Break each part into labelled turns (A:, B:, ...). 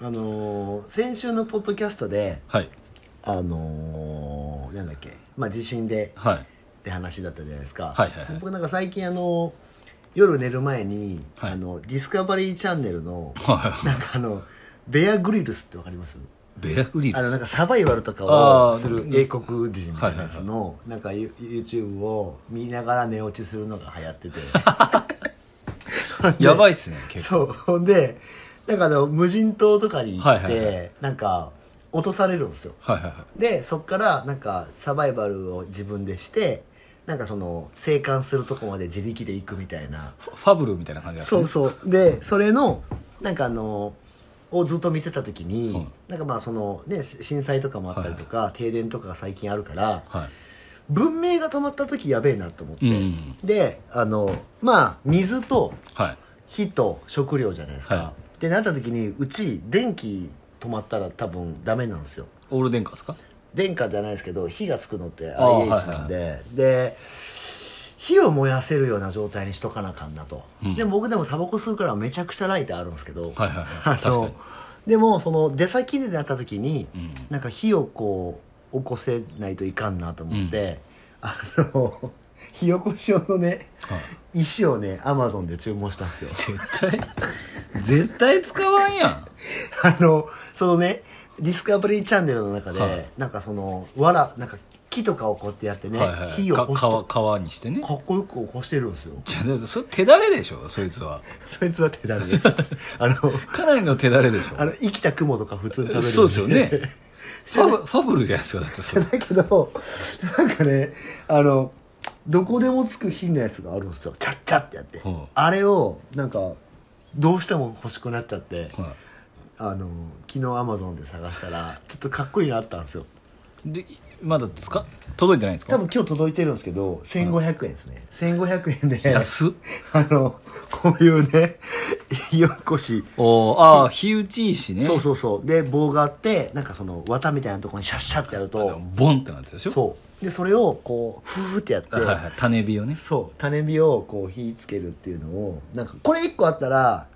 A: あのー先週のポッドキャストで
B: はい
A: あのーなんだっけまあ地震で
B: はいはい
A: って話だったじゃないですか、
B: はいはいはい
A: 僕なんか最近あの夜寝る前に、
B: はい
A: あのディスカバリーチャンネル の
B: は
A: なんかあのベアグリルスってわかります
B: いベアグリル
A: あの
B: ズ
A: なんかサバイバルとか
B: あ
A: を
B: ー
A: する
B: うん
A: 英国人みたいなやつのなんか You- YouTube を見ながら寝落ちするのが流行ってて
B: やばいっすね 結構
A: そうほんでなんかあの無人島とかに行って、
B: はいはいは
A: なんか落とされるんですよ
B: はいはいはい
A: でそっからなんかサバイバルを自分でしてなんかその生還するとこまで自力で行くみたいな
B: ファファブルみたいな感じだった
A: そうそうでそれのなんかあのをずっと見てた時に、
B: はい
A: なんかまあそのね震災とかもあったりとか、停電とかが最近あるから
B: はい
A: 文明が止まった時やべえなと思って、
B: うん
A: であのまあ水と
B: はい
A: 火と食料じゃないですか、
B: は
A: でなった時にうち電気止まったら多分ダメなんですよ
B: オール電化ですか
A: 電化じゃないですけど火がつくのって
B: ああ
A: IH なんで、で火を燃やせるような状態にしとかなあかんなと、
B: うん
A: でも僕でもタバコ吸うからめちゃくちゃライターあるんですけど、
B: はいはいはい
A: あ
B: 確か
A: の
B: に
A: でもその出先でなった時に、
B: うん
A: なんか火をこう起こせないといかんなと思って、あの火起こし用のね
B: はい
A: 石をねアマゾンで注文したんです よ
B: 絶対絶対使わんやん
A: あのそのねディスカバリーチャンネルの中で、
B: はい
A: なんかそのわらなんか木とかをこうやってやってね、
B: はいはい
A: 火を起こして
B: か川川にしてね
A: かっこよく起こしてるんですよ
B: じゃあだってそれ手だれでしょそいつは
A: そいつは手だれです あの
B: かなりの手だれでしょ
A: あの生きた雲とか普通に食べるん
B: そうですよねファブファブルじゃないですかだってそ れ
A: だけどなんかねあのどこでもつく火のやつがあるんですよチャッチャってやって、
B: うん
A: あれをなんかどうしても欲しくなっちゃって、
B: は
A: あの昨日アマゾンで探したらちょっとかっこいいのあったんですよ
B: いでまだつか届いてないんです
A: 多
B: か
A: 分今日届いてるんですけど1500円ですね、1500円で
B: 安っ
A: あのこういうね 火起こし
B: おーああ火打ちいいしね
A: そうそうそうで棒があってなんかその綿みたいなところにシャッシャッってやると
B: ボンってなってたでしょ
A: そうでそれをこうフーってやって、
B: あはいはい種火をね
A: そう種火をこう火つけるっていうのをなんかこれ一個あったら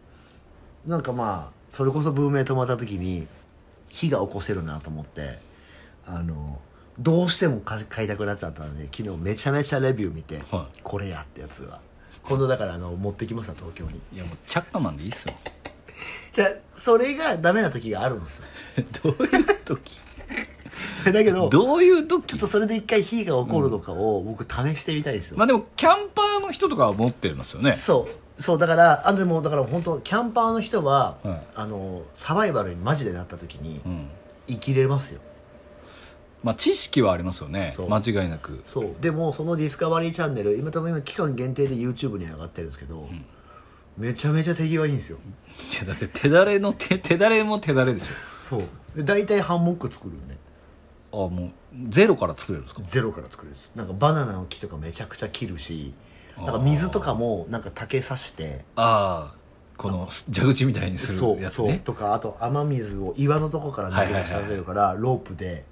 A: なんかまあそれこそ文明止まった時に火が起こせるなと思ってあのどうしても買い買いたくなっちゃったので昨日めちゃめちゃレビュー見て、
B: は
A: これやってやつが今度だからあの持ってきますわ東京に
B: いやもうチャッカマンでいいっすよ
A: じゃあそれがダメな時があるんですよ
B: どういう時
A: だけど
B: どういう時
A: ちょっとそれで一回火が起こるのかを僕試してみたいですよ、
B: まあでもキャンパーの人とかは持ってますよね
A: そうそうだからあでもだから本当キャンパーの人は、
B: はい
A: あのサバイバルにマジでなった時に
B: うん
A: 生きれますよ、
B: まあ知識はありますよね
A: そう
B: 間違いなく
A: そうでもそのディスカバリーチャンネル今多分今期間限定で YouTube に上がってるんですけど、めちゃめちゃ手際いいんですよ
B: いやだって手だれの手 手だれも手だれでし
A: そうで大体ハンモック作るんで
B: ょあもうゼロから作れるんですか
A: ゼロから作るんですなんかバナナの木とかめちゃくちゃ切るしなんか水とかもなんか竹刺して
B: ああこの蛇口みたいにす
A: そ
B: る
A: う
B: やつ
A: そう
B: ね
A: とかあと雨水を岩のとこから水が伝わるから、ロープで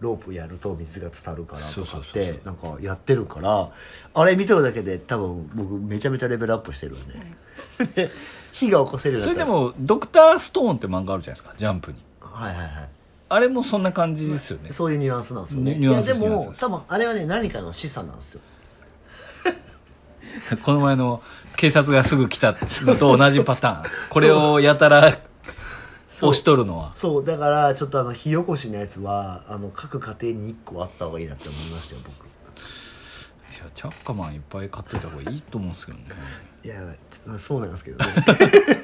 A: ロープやると水が伝わるからとかっ
B: そうそう
A: てなんかやってるからあれ見てるだけで多分僕めちゃめちゃレベルアップしてるんでで 火が起こせるよう
B: そ
A: に
B: れ
A: な
B: で
A: ったら
B: も「ドクターストーン」って漫画あるじゃないですかジャンプに
A: はいはいはい
B: あれもそんな感じですよね
A: そういうニュアンスなんですよね
B: ね
A: い
B: ニュア
A: や
B: ンス
A: で
B: ですニュアンス
A: も
B: です
A: 多分あれはね何かの示唆なんですよ
B: この前の警察がすぐ来たのと同じパターンこれをやたら
A: そう
B: 押しとるのは
A: そうだからちょっとあの火起こしのやつはあの各家庭に1個あった方がいいなって思いましたよ僕
B: いやチャッカマンいっぱい買っといた方がいいと思うんですけどね
A: いやちょまあそうなんですけどね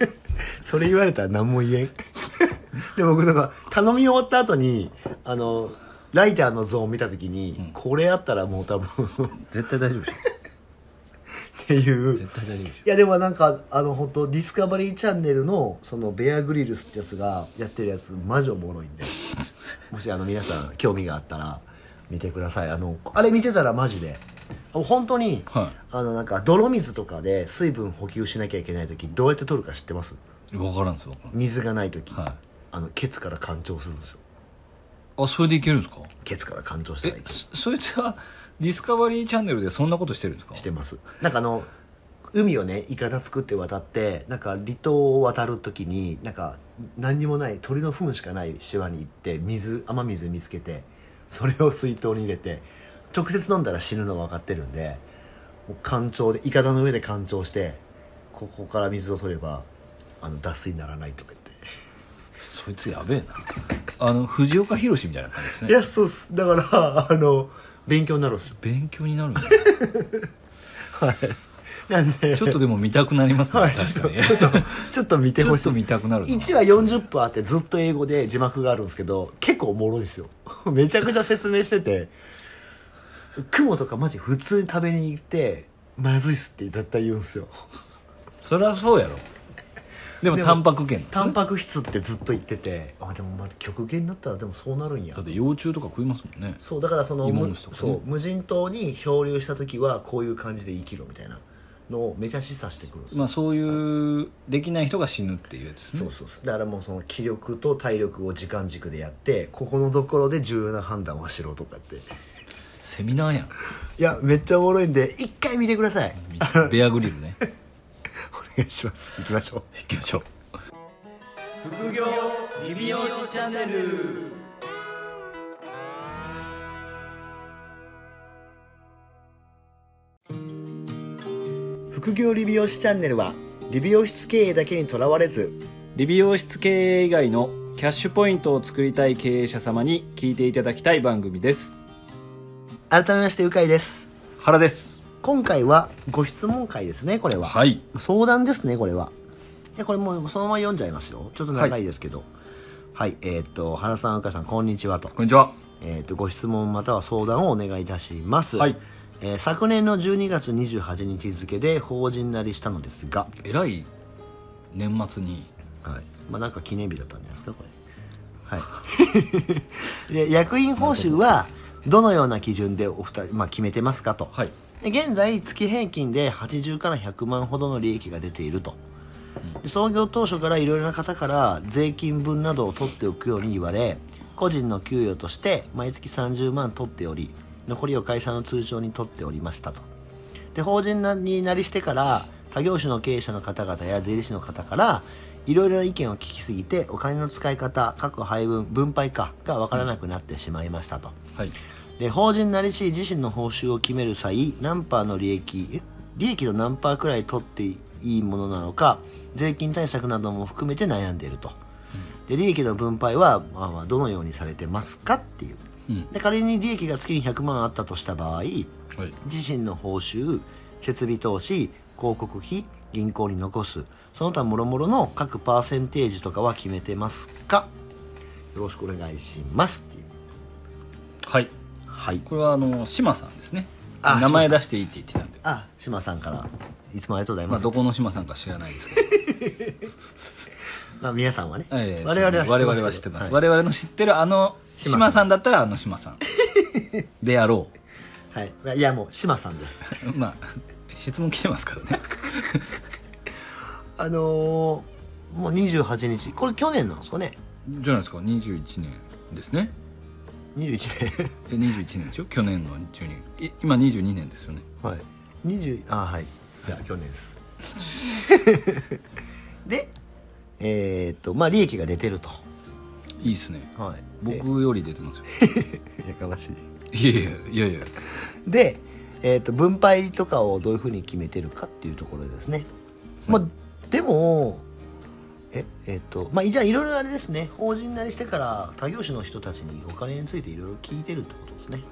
A: それ言われたら何も言えんでも僕なんか頼み終わった後にあのライターの像を見た時に、これあったらもう多分っ
B: 絶対大丈夫でしょ
A: ていう
B: 絶対大丈夫でし
A: いやでもなんかあの本当ディスカバリーチャンネルのそのベアグリルスってやつがやってるやつマジおもろいんでもしあの皆さん興味があったら見てくださいあのあれ見てたらマジであ本当に、
B: ょは
A: あのなんか泥水とかで水分補給しなきゃいけない時どうやって取るか知ってます
B: い分からんです分からん
A: 水がない時、
B: はい
A: あのケツから干潮するんですよ
B: あそれでいけるんですか
A: ケツから干潮したらい
B: え
A: い
B: そそいつはディスカバリーチャンネルでそんなことしてるんですか
A: してますなんかあの海をねイカダ作って渡ってなんか離島を渡る時になんか何にもない鳥の糞しかない島に行って水雨水見つけてそれを水筒に入れて直接飲んだら死ぬのが分かってるんでもう干潮でいかだの上で干潮してここから水を取ればあの脱水にならないとか言って。
B: そいつやべえなあの藤岡弘みたいな感じです
A: い
B: ね
A: やそうっすだからあの勉強になるんですよ
B: 勉強になるんだ
A: なんで
B: ちょっとでも見たくなりますね、
A: はい
B: 確かに
A: ちょっとちょっとちょっと見て
B: ちょ
A: ほ
B: っ
A: しい
B: と見たくなるな
A: 1話40分あってずっと英語で字幕があるんですけど結構おもろいですよ めちゃくちゃ説明してて雲とかマジ普通に食べに行ってまずいっすって絶対言うんですよ
B: そりゃそうやろでも
A: でも
B: タンパク源
A: タンパク質ってずっと言っててあでもまあ極限になったらでもそうなるんや
B: だって幼虫とか食いますもんね
A: そうだからその
B: 芋
A: む
B: 虫とかね
A: そう無人島に漂流した時はこういう感じで生きろみたいなのをめちゃ示唆してくるんですよ
B: まあそういうできない人が死ぬっていうやつです
A: そ
B: ね
A: うそうそうだからもうその気力と体力を時間軸でやってここのところで重要な判断をしろとかってい
B: セミナーやん
A: やめっちゃおもろいんで一回見てください
B: ベアグリルね
A: お願いします行きましょう
B: 行きましょう
A: 副業リビオシチャンネル副業理美容師チャンネルは理美容室経営だけにとらわれず
C: 理美容室経営以外のキャッシュポイントを作りたい経営者様に聞いていただきたい番組です
A: 改めましてうかいです
B: 原です
A: 今回はご質問会ですねこれは
B: はい
A: 相談ですねこれはえこれもうそのまま読んじゃいますよちょっと長いですけどはい、えーっと原さん赤さんこんにちはと,、
B: こんにちは
A: えーっとご質問または相談をお願いいたします、
B: はい
A: えー昨年の12月28日付で法人なりしたのですが、
B: えらい年末に
A: はいまあ、なんか記念日だったんじゃないですかこれはいで 役員報酬はどのような基準でお二人、まあ、決めてますかと、
B: はい
A: で現在月平均で80から100万ほどの利益が出ていると、で創業当初からいろいろな方から税金分などを取っておくように言われ個人の給与として毎月30万取っており残りを会社の通帳に取っておりましたとで法人なになりしてから他業種の経営者の方々や税理士の方からいろいろな意見を聞きすぎてお金の使い方各配分分配かが分からなくなってしまいましたと、
B: はい
A: で法人なりし自身の報酬を決める際何パーの利益え利益の何パーくらい取っていいものなのか税金対策なども含めて悩んでいると、で利益の分配は、まあ、まあどのようにされてますかっていう、
B: うん
A: で仮に利益が月に100万あったとした場合
B: はい
A: 自身の報酬設備投資広告費銀行に残すその他諸々の各パーセンテージとかは決めてますかよろしくお願いしますっていう
B: はい
A: はい
B: これはあの島さんですね
A: あ
B: 名前出していいって言ってたんで
A: あ、島さんからいつもありがとうござい
B: ま
A: ま
B: あ
A: す。ま
B: どこの島さんか知らない ですけど
A: あ、皆さんはね、
B: ええ
A: 我々は知ってますけど。
B: 我々は知ってます、
A: はい。
B: 我々の知ってるあの
A: 島さん
B: 島さんだったらあの 島さんであろ
A: はいいやもう島さんです。
B: う まあ質問来てますか らね
A: あのー、もう二十八日、これ去年なんですかね。
B: じゃないですか21年ですね
A: 二十一年。
B: で21年でしょ去年の12い今22年ですよね
A: はい。二十あはい。じゃあ去年です。 で、えー、っとまあ利益が出てると。
B: いいっすね
A: はい。で
B: 僕より出てますよ
A: やかましい。
B: いやいやいやいや
A: で、えー、と分配とかをどういうふうに決めてるかっていうところですね。まあ、でもええっ、とまあじゃあいろいろあれですね法人なりしてから他業種の人たちにお金についていろいろ聞いてるってことですね。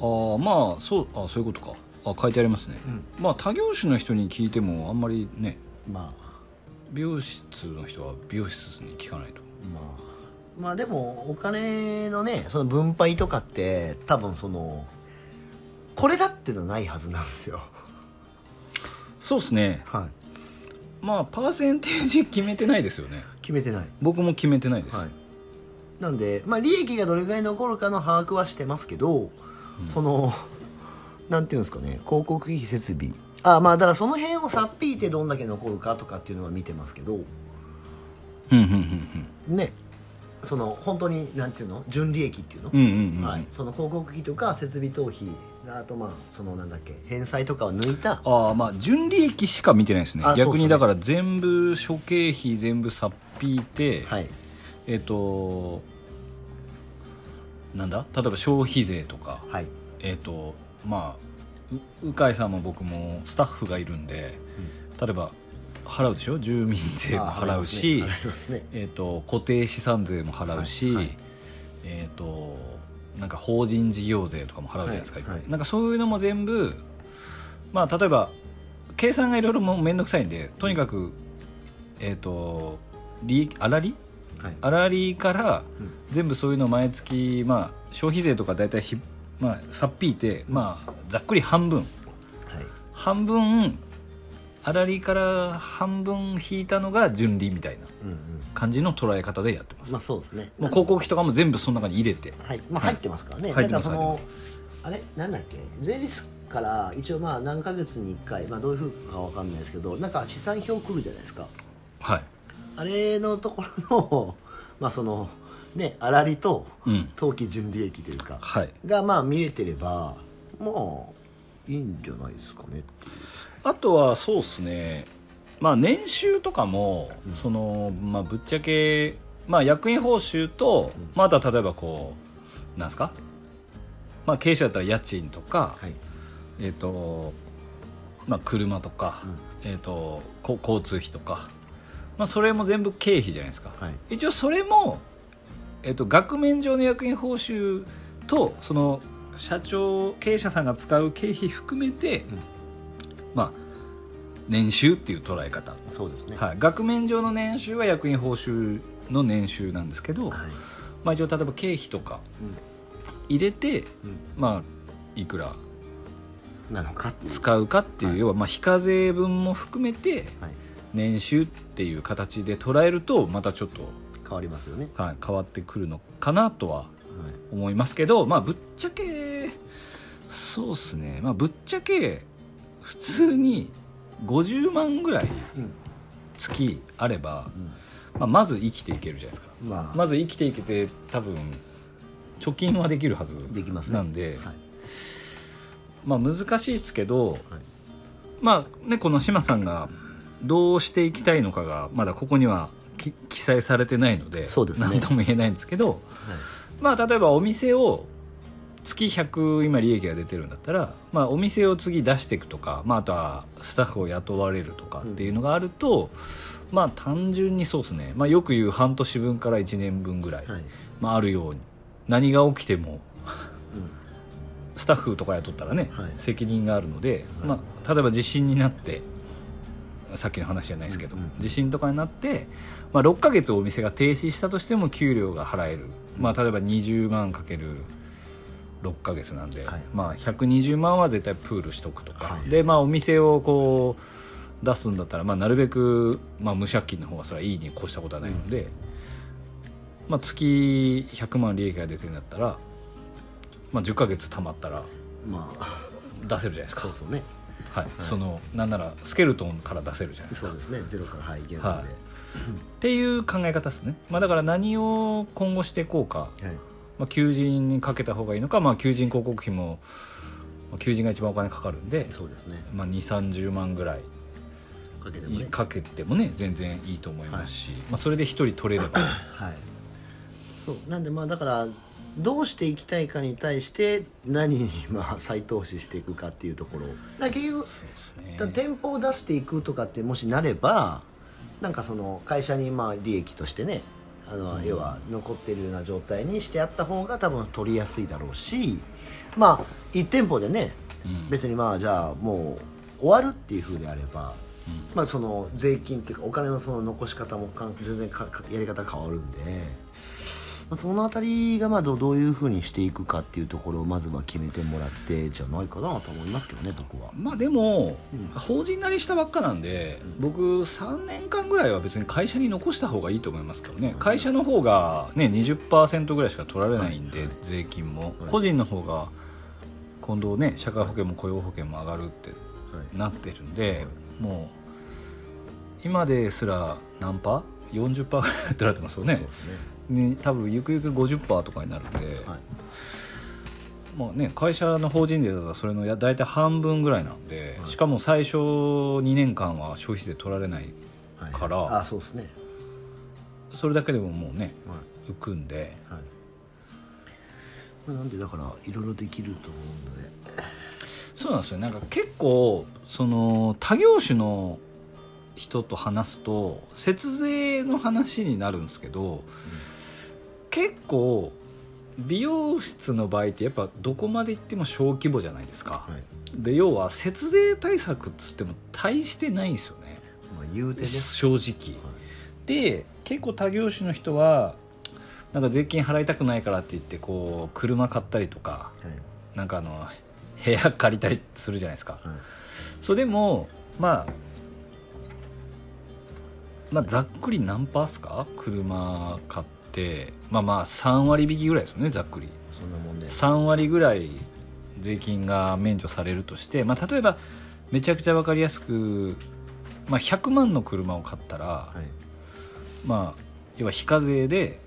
B: ああまあそうあそういうことかあ書いてありますね、まあ他業種の人に聞いてもあんまりね
A: ま
B: 美容室の人は美容室に聞かないと
A: あまあまあでもお金のねその分配とかって多分そのこれだってのはないはずなんですよ。
B: そうですね
A: は
B: まあパーセンテージ決めてないですよね
A: い、決めてない。
B: 僕も決めてないです、
A: はい、なんで、まあ、利益がどれぐらい残るかの把握はしてますけど、そのなんていうんですかね広告費設備あまあだからその辺をさっぴいてどんだけ残るかとかっていうのは見てますけど
B: うんうんうん
A: ねその本当になんていうの純利益っていうの、
B: うんうんうんうん
A: はい、その広告費とか設備投費あとまあそのなんだっけ返済とかを抜いた
B: ああまあ純利益しか見てないですね
A: あそうっすね
B: 逆にだから全部諸経費全部さっ引いて、
A: はい
B: えっ、となんだ例えば消費税とか
A: はい
B: えっ、とまあう鵜飼さんも僕もスタッフがいるんで、例えば払うでしょ住民税も
A: あ
B: 払うし、
A: 払いますね
B: えっ、と固定資産税も払うし、
A: はいはい
B: えっ、となんか法人事業税とかも払うじゃないです
A: は
B: か、
A: い
B: いっぱい
A: はい
B: なんかそういうのも全部まあ例えば計算がいろいろもう面倒くさいんでとにかくえっ、と利益粗利
A: 払いますね
B: 粗利から
A: うん
B: 全部そういうのを毎月、まあ、消費税とか大体ひ、まあ、さっぴいて、まあ、ざっくり半分
A: はい、はい
B: 半分粗利から半分引いたのが純利みたいな
A: うんうん
B: 感じの捉え方でやってます
A: まあそうですね。
B: もう広告費とかも全部その中に入れて
A: はい、まあ入ってますからね。
B: 入っ
A: だ
B: て
A: から
B: ま
A: その
B: す
A: あれなんだっけ税理士から一応まあ何ヶ月に一回まあどういう風かわかんないですけど、なんか資産表来るじゃないですか。
B: はい
A: あれのところの まあそのね粗利と
B: うん
A: 当期純利益というか、
B: はい
A: がまあ見れてればもういいんじゃないですかね。
B: あとはそうですねまあ年収とかも、そのまあぶっちゃけまあ役員報酬と、まあ、あとは例えばこうなんですかまあ経営者だったら家賃とか、
A: はい
B: えっ、とまあ車とか、えっ、とこ交通費とかまあそれも全部経費じゃないですか、
A: はい
B: 一応それも、えっと額面上の役員報酬とその社長経営者さんが使う経費含めて、
A: ん
B: まあ年収っていう捉え方、
A: そうですね。
B: はい、額面上の年収は役員報酬の年収なんですけど、
A: はい
B: まあ、一応例えば経費とか
A: うん
B: 入れて、
A: うん
B: まあいくら
A: なのかっていう。
B: 使うかっていう、
A: はい
B: 要はまあ非課税分も含めて
A: はい
B: 年収っていう形で捉えるとまたちょっと、
A: 変わりますよね。
B: はい、変わってくるのかなとは
A: はい
B: 思いますけどまあぶっちゃけそうっすねまあぶっちゃけ普通に50万ぐらい月あれば、まあ、まず生きていけるじゃないですか
A: まあ、
B: まず生きていけて多分貯金はできるはず
A: できますね。
B: なんで
A: はい
B: まあ難しいですけど、
A: はい
B: まあねこの島さんがどうしていきたいのかがまだここにはき記載されてないので
A: そうですね
B: 何とも言えないんですけど、
A: はい
B: まあ例えばお店を月100今利益が出てるんだったら、まあ、お店を次出していくとか、まあ、あとはスタッフを雇われるとかっていうのがあると、まあ単純にそうですね、まあ、よく言う半年分から1年分ぐらい、
A: はい。
B: まあ、あるように何が起きても
A: うん
B: スタッフとか雇ったらね、
A: はい
B: 責任があるので、
A: はい
B: まあ、例えば地震になってさっきの話じゃないですけど、
A: うんうん
B: 地震とかになって、まあ、6ヶ月お店が停止したとしても給料が払える、まあ、例えば20万かける6ヶ月なんで、
A: はい
B: まあ、120万は絶対プールしとくとか、
A: はい
B: で、まあ、お店をこう出すんだったら、まあ、なるべく、まあ、無借金の方がそれはいいに越したことはないので、まあ、月100万利益が出てるんだったら、まあ、10ヶ月貯まったら。
A: まあ。
B: 出せるじゃないです
A: そ
B: か
A: う、そうね
B: はいそのなんならスケルトンから出せるじゃないですか
A: そうですねゼロからはいいけるの
B: はいっていう考え方ですね、まあ、だから何を今後していこうか、
A: で、はい
B: まあ、求人にかけた方がいいのか、まあ、求人広告費も、まあ、求人が一番お金かかるんで、
A: そうですね
B: まあ、2 3 0万ぐらい
A: かけてもね
B: かけてもね全然いいと思いますし、まあ、それで1人取れれば
A: はいそうなんでまあだからどうしていきたいかに対して何にまあ再投資していくかっていうところだから結局
B: そうですね
A: だから店舗を出していくとかってもしなればなんかその会社にまあ利益としてねあの要は残ってるような状態にしてあった方が多分取りやすいだろうしまあ1店舗でね
B: うん
A: 別にまあじゃあもう終わるっていうふうであれば、まあその税金っていうかお金のその残し方もかん全然かかやり方変わるんで、まあ、その辺りがまあどうどういうふうにしていくかっていうところをまずは決めてもらってじゃないかなと思いますけどね僕は。
B: まあでも、法人なりしたばっかなんで、僕3年間ぐらいは別に会社に残した方がいいと思いますけどね会社の方がね20%ぐらいしか取られないんで、税金も、
A: はい
B: 個人の方が今度ね社会保険も雇用保険も上がるってなってるんで、もう今ですら何パー ?40% ぐらい取られてますよね
A: そうですね
B: に多分ゆくゆく50%とかになるんで、
A: はい
B: まあね、会社の法人税だったらそれのや大体半分ぐらいなんで、しかも最初2年間は消費税取られない
A: はい
B: から
A: あそうですね
B: それだけでももうね
A: は
B: 浮くんで
A: いはいまあなんでだからいろいろできると思うので
B: そうなんですよなんか結構その他業種の人と話すと節税の話になるんですけど、結構美容室の場合ってやっぱどこまで行っても小規模じゃないですか、
A: はい
B: で要は節税対策っつっても大してないんですよね
A: まあ言うてね
B: 正直、
A: は
B: で結構他業種の人はなんか税金払いたくないからって言ってこう車買ったりとか
A: はい
B: なんかあの部屋借りたりするじゃないですか
A: はい
B: それでもまあまあざっくり何パーっすか車買ってまあまあ3割引きぐらいですよねざっくり
A: そんなもんで
B: 3割ぐらい税金が免除されるとして、まあ、例えばめちゃくちゃ分かりやすく、まあ、100万の車を買ったら、
A: はい
B: まあ要は非課税で、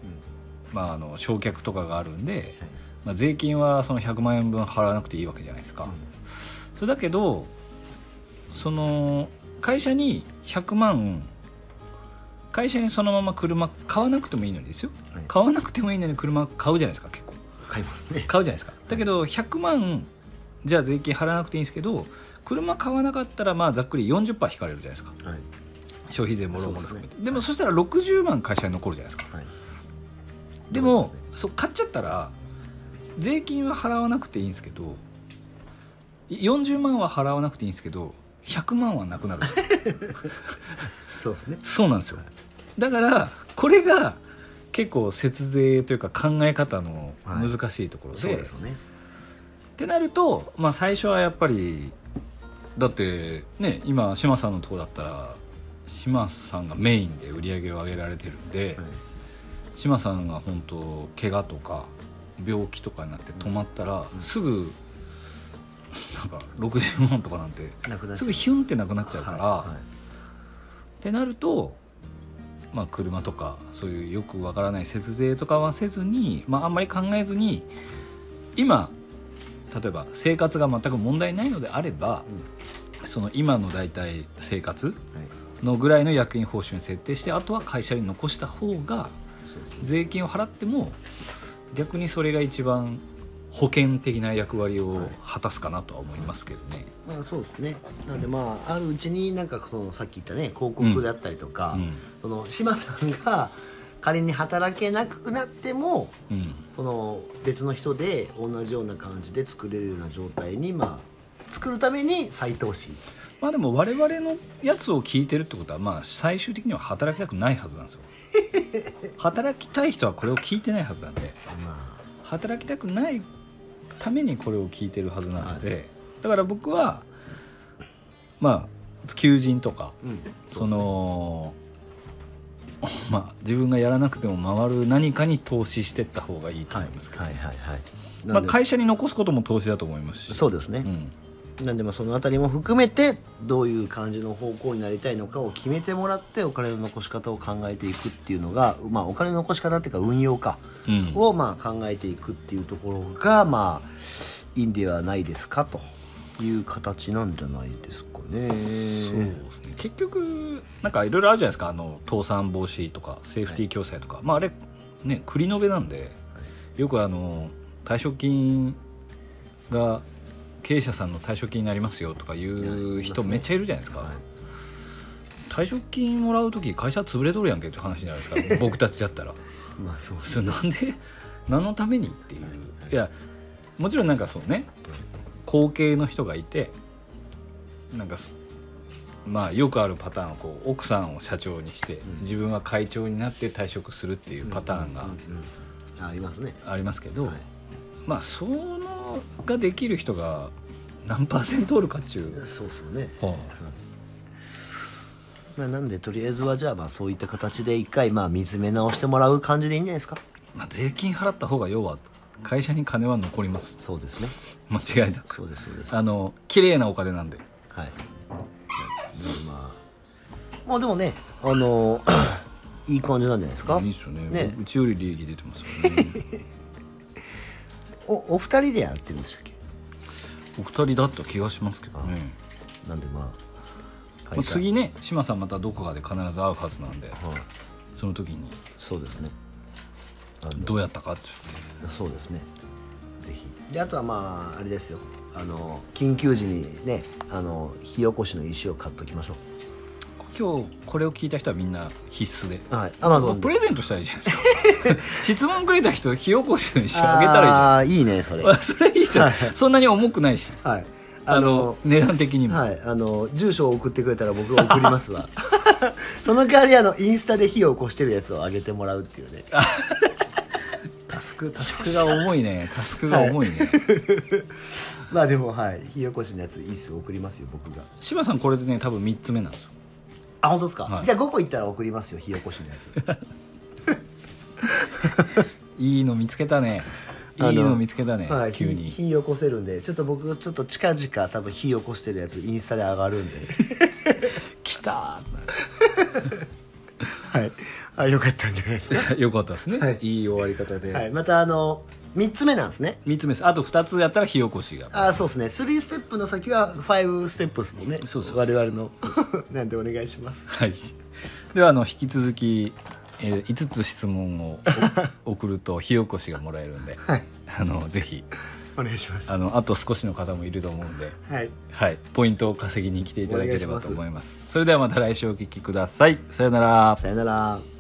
A: うん
B: まあ、あの償却とかがあるんで、まあ、税金はその100万円分払わなくていいわけじゃないですか。それだけどその会社に100万会社にそのまま車買わなくてもいいのにですよ、
A: はい
B: 買わなくてもいいのに車買うじゃないですか結構
A: 買いますね
B: 買うじゃないですかだけど100万じゃあ税金払わなくていいんですけど車買わなかったらまあざっくり40%引かれるじゃないですか
A: はい
B: 消費税もろもろ含め
A: そうで,、
B: てです
A: ね
B: もそしたら60万会社に残るじゃないですか
A: はい
B: で
A: そ
B: も
A: うですね
B: そう買っちゃったら税金は払わなくていいんですけど40万は払わなくていいんですけど100万はなくなる
A: そうですね
B: そうなんですよだからこれが結構節税というか考え方の難しいところで,、
A: そうですよね
B: ってなると、まあ、最初はやっぱりだってね今志麻さんのとこだったら志麻さんがメインで売り上げを上げられてるんで、
A: はい
B: 志麻さんが本当怪我とか病気とかになって止まったら、すぐなんか60万とかなんて
A: なくなっちゃう
B: すぐヒュンってなくなっちゃうから、
A: はいはい
B: ってなると、まあ、車とかそういうよくわからない節税とかはせずに、まあ、あんまり考えずに今例えば生活が全く問題ないのであれば、その今の大体生活
A: はい
B: のぐらいの役員報酬に設定してあとは会社に残した方が
A: そう
B: 税金を払っても逆にそれが一番保険的な役割を果たすかなとは思いますけどね。
A: まあそうですねなのでまああるうちになんかそのさっき言ったね広告であったりとか、
B: うん
A: その島さんが仮に働けなくなっても
B: うん
A: その別の人で同じような感じで作れるような状態にまあ作るために再投資
B: まあでも我々のやつを聞いてるってことはまあ最終的には働きたくないはずなんです よ働きたい人はこれを聞いてないはずなんで
A: ま
B: 働きたくないためにこれを聞いてるはずなので、だから僕はまあ求人とか
A: あうん
B: そ,、の まあ自分がやらなくても回る何かに投資してった方がいいと
A: は
B: 思
A: い
B: いますけど、
A: はいはいはい
B: ま
A: な
B: あ、
A: んで
B: 会社に残すことも投資だと思いますし
A: そうですね、
B: うん、
A: なんでまあその辺りも含めてどういう感じの方向になりたいのかを決めてもらってお金の残し方を考えていくっていうのが、まあ、お金の残し方っていうか運用か
B: うん
A: をまあ考えていくっていうところがまあいいんではないですかという形なんじゃないですかね。
B: そうですね結局なんかいろいろあるじゃないですかあの倒産防止とかセーフティー共済とか、まああれね繰り延べなんでよくあの退職金が経営者さんの退職金になりますよとかい
A: は
B: う
A: い
B: 人めっちゃいるじゃないですか、
A: はい
B: 退職金もらう時会社潰れとるやんけって話じゃないですか僕たちだったら
A: まあそう
B: それなんで何のためにっていういやもちろんなんかそうね後継の人がいてなんかそまあよくあるパターンをこう奥さんを社長にして
A: ん
B: 自分は会長になって退職するっていうパターンが
A: うんうんうんありますね。
B: ありますけど、
A: はい
B: まあそのができる人が何パーセントおるかっちゅう、
A: そうそうね。
B: は
A: まあ、なんでとりあえずはじゃあまあそういった形で一回まあ見つめ直してもらう感じでいいんじゃないですか。
B: あまあ、税金払った方が要は会社に金は残ります
A: そうですね。
B: 間違いなく
A: そうですそうです。
B: あの綺麗なお金なんで
A: はい。まあ、まあでもね、あの いい感じなんじゃないですか
B: いい。っすよね
A: ね
B: うちより利益出てますよね
A: おお二人でやってるんでしたっけ？
B: お二人だった気がしますけどね、
A: なんでまあ
B: まあ、次ね志麻さんまたどこかで必ず会うはずなんで、
A: はい
B: その時に
A: そうですねあの
B: どうやったかって
A: そうですねぜひであとはまああれですよあの緊急時にねあの火起こしの石を買っときましょ
B: 今日これを聞いた人はみんな必須で
A: うはいアマゾン
B: プ
A: で
B: レゼントしたらいいじゃないです か質問くれた人火起こしの石あげたらいいじゃない
A: あーいいね それ
B: ですかそれいいじゃないそんなに重くないし
A: はい
B: あの値段的にも、
A: はい、あの住所を送ってくれたら僕が送りますわ その代わりあのインスタで火を起こしてるやつをあげてもらうっていう ね
B: タスクタスクが 重 いねタスクが重いね、
A: まあでもはい火起こしのやついいっす送りますよ僕が
B: 柴さんこれでね多分3つ目なんですよ
A: あ本当ですか、
B: はい
A: じゃあ5個いったら送りますよ火起こしのやつ
B: いいの見つけたねい
A: あ
B: いの見つけたね、
A: はい、
B: 急
A: 火
B: に
A: 火起こせるんでちょっと僕ちょっと近々多分火起こしてるやつインスタで上が るんで
B: 来たーってなる
A: はいあよかったんじゃないですか
B: よかったですね、
A: はい
B: い、い終わり方で、
A: はいまたあの3つ目なんですね
B: 3つ目ですあと2つやったら火起こしが
A: あそうですね3ステップの先は5ステップですもんね
B: そうそう
A: 我々の なんでお願いします
B: はいではあの引き続き、えー、5つ質問を お送ると火起こしがもらえるんで、
A: はい
B: あのぜひ
A: お願いします
B: あのあと少しの方もいると思うんで、
A: はい
B: はい、ポイントを稼ぎに来ていただければと
A: お願いし
B: 思
A: ま
B: いますそれではまた来週お聞きくださいさようなら
A: さよなら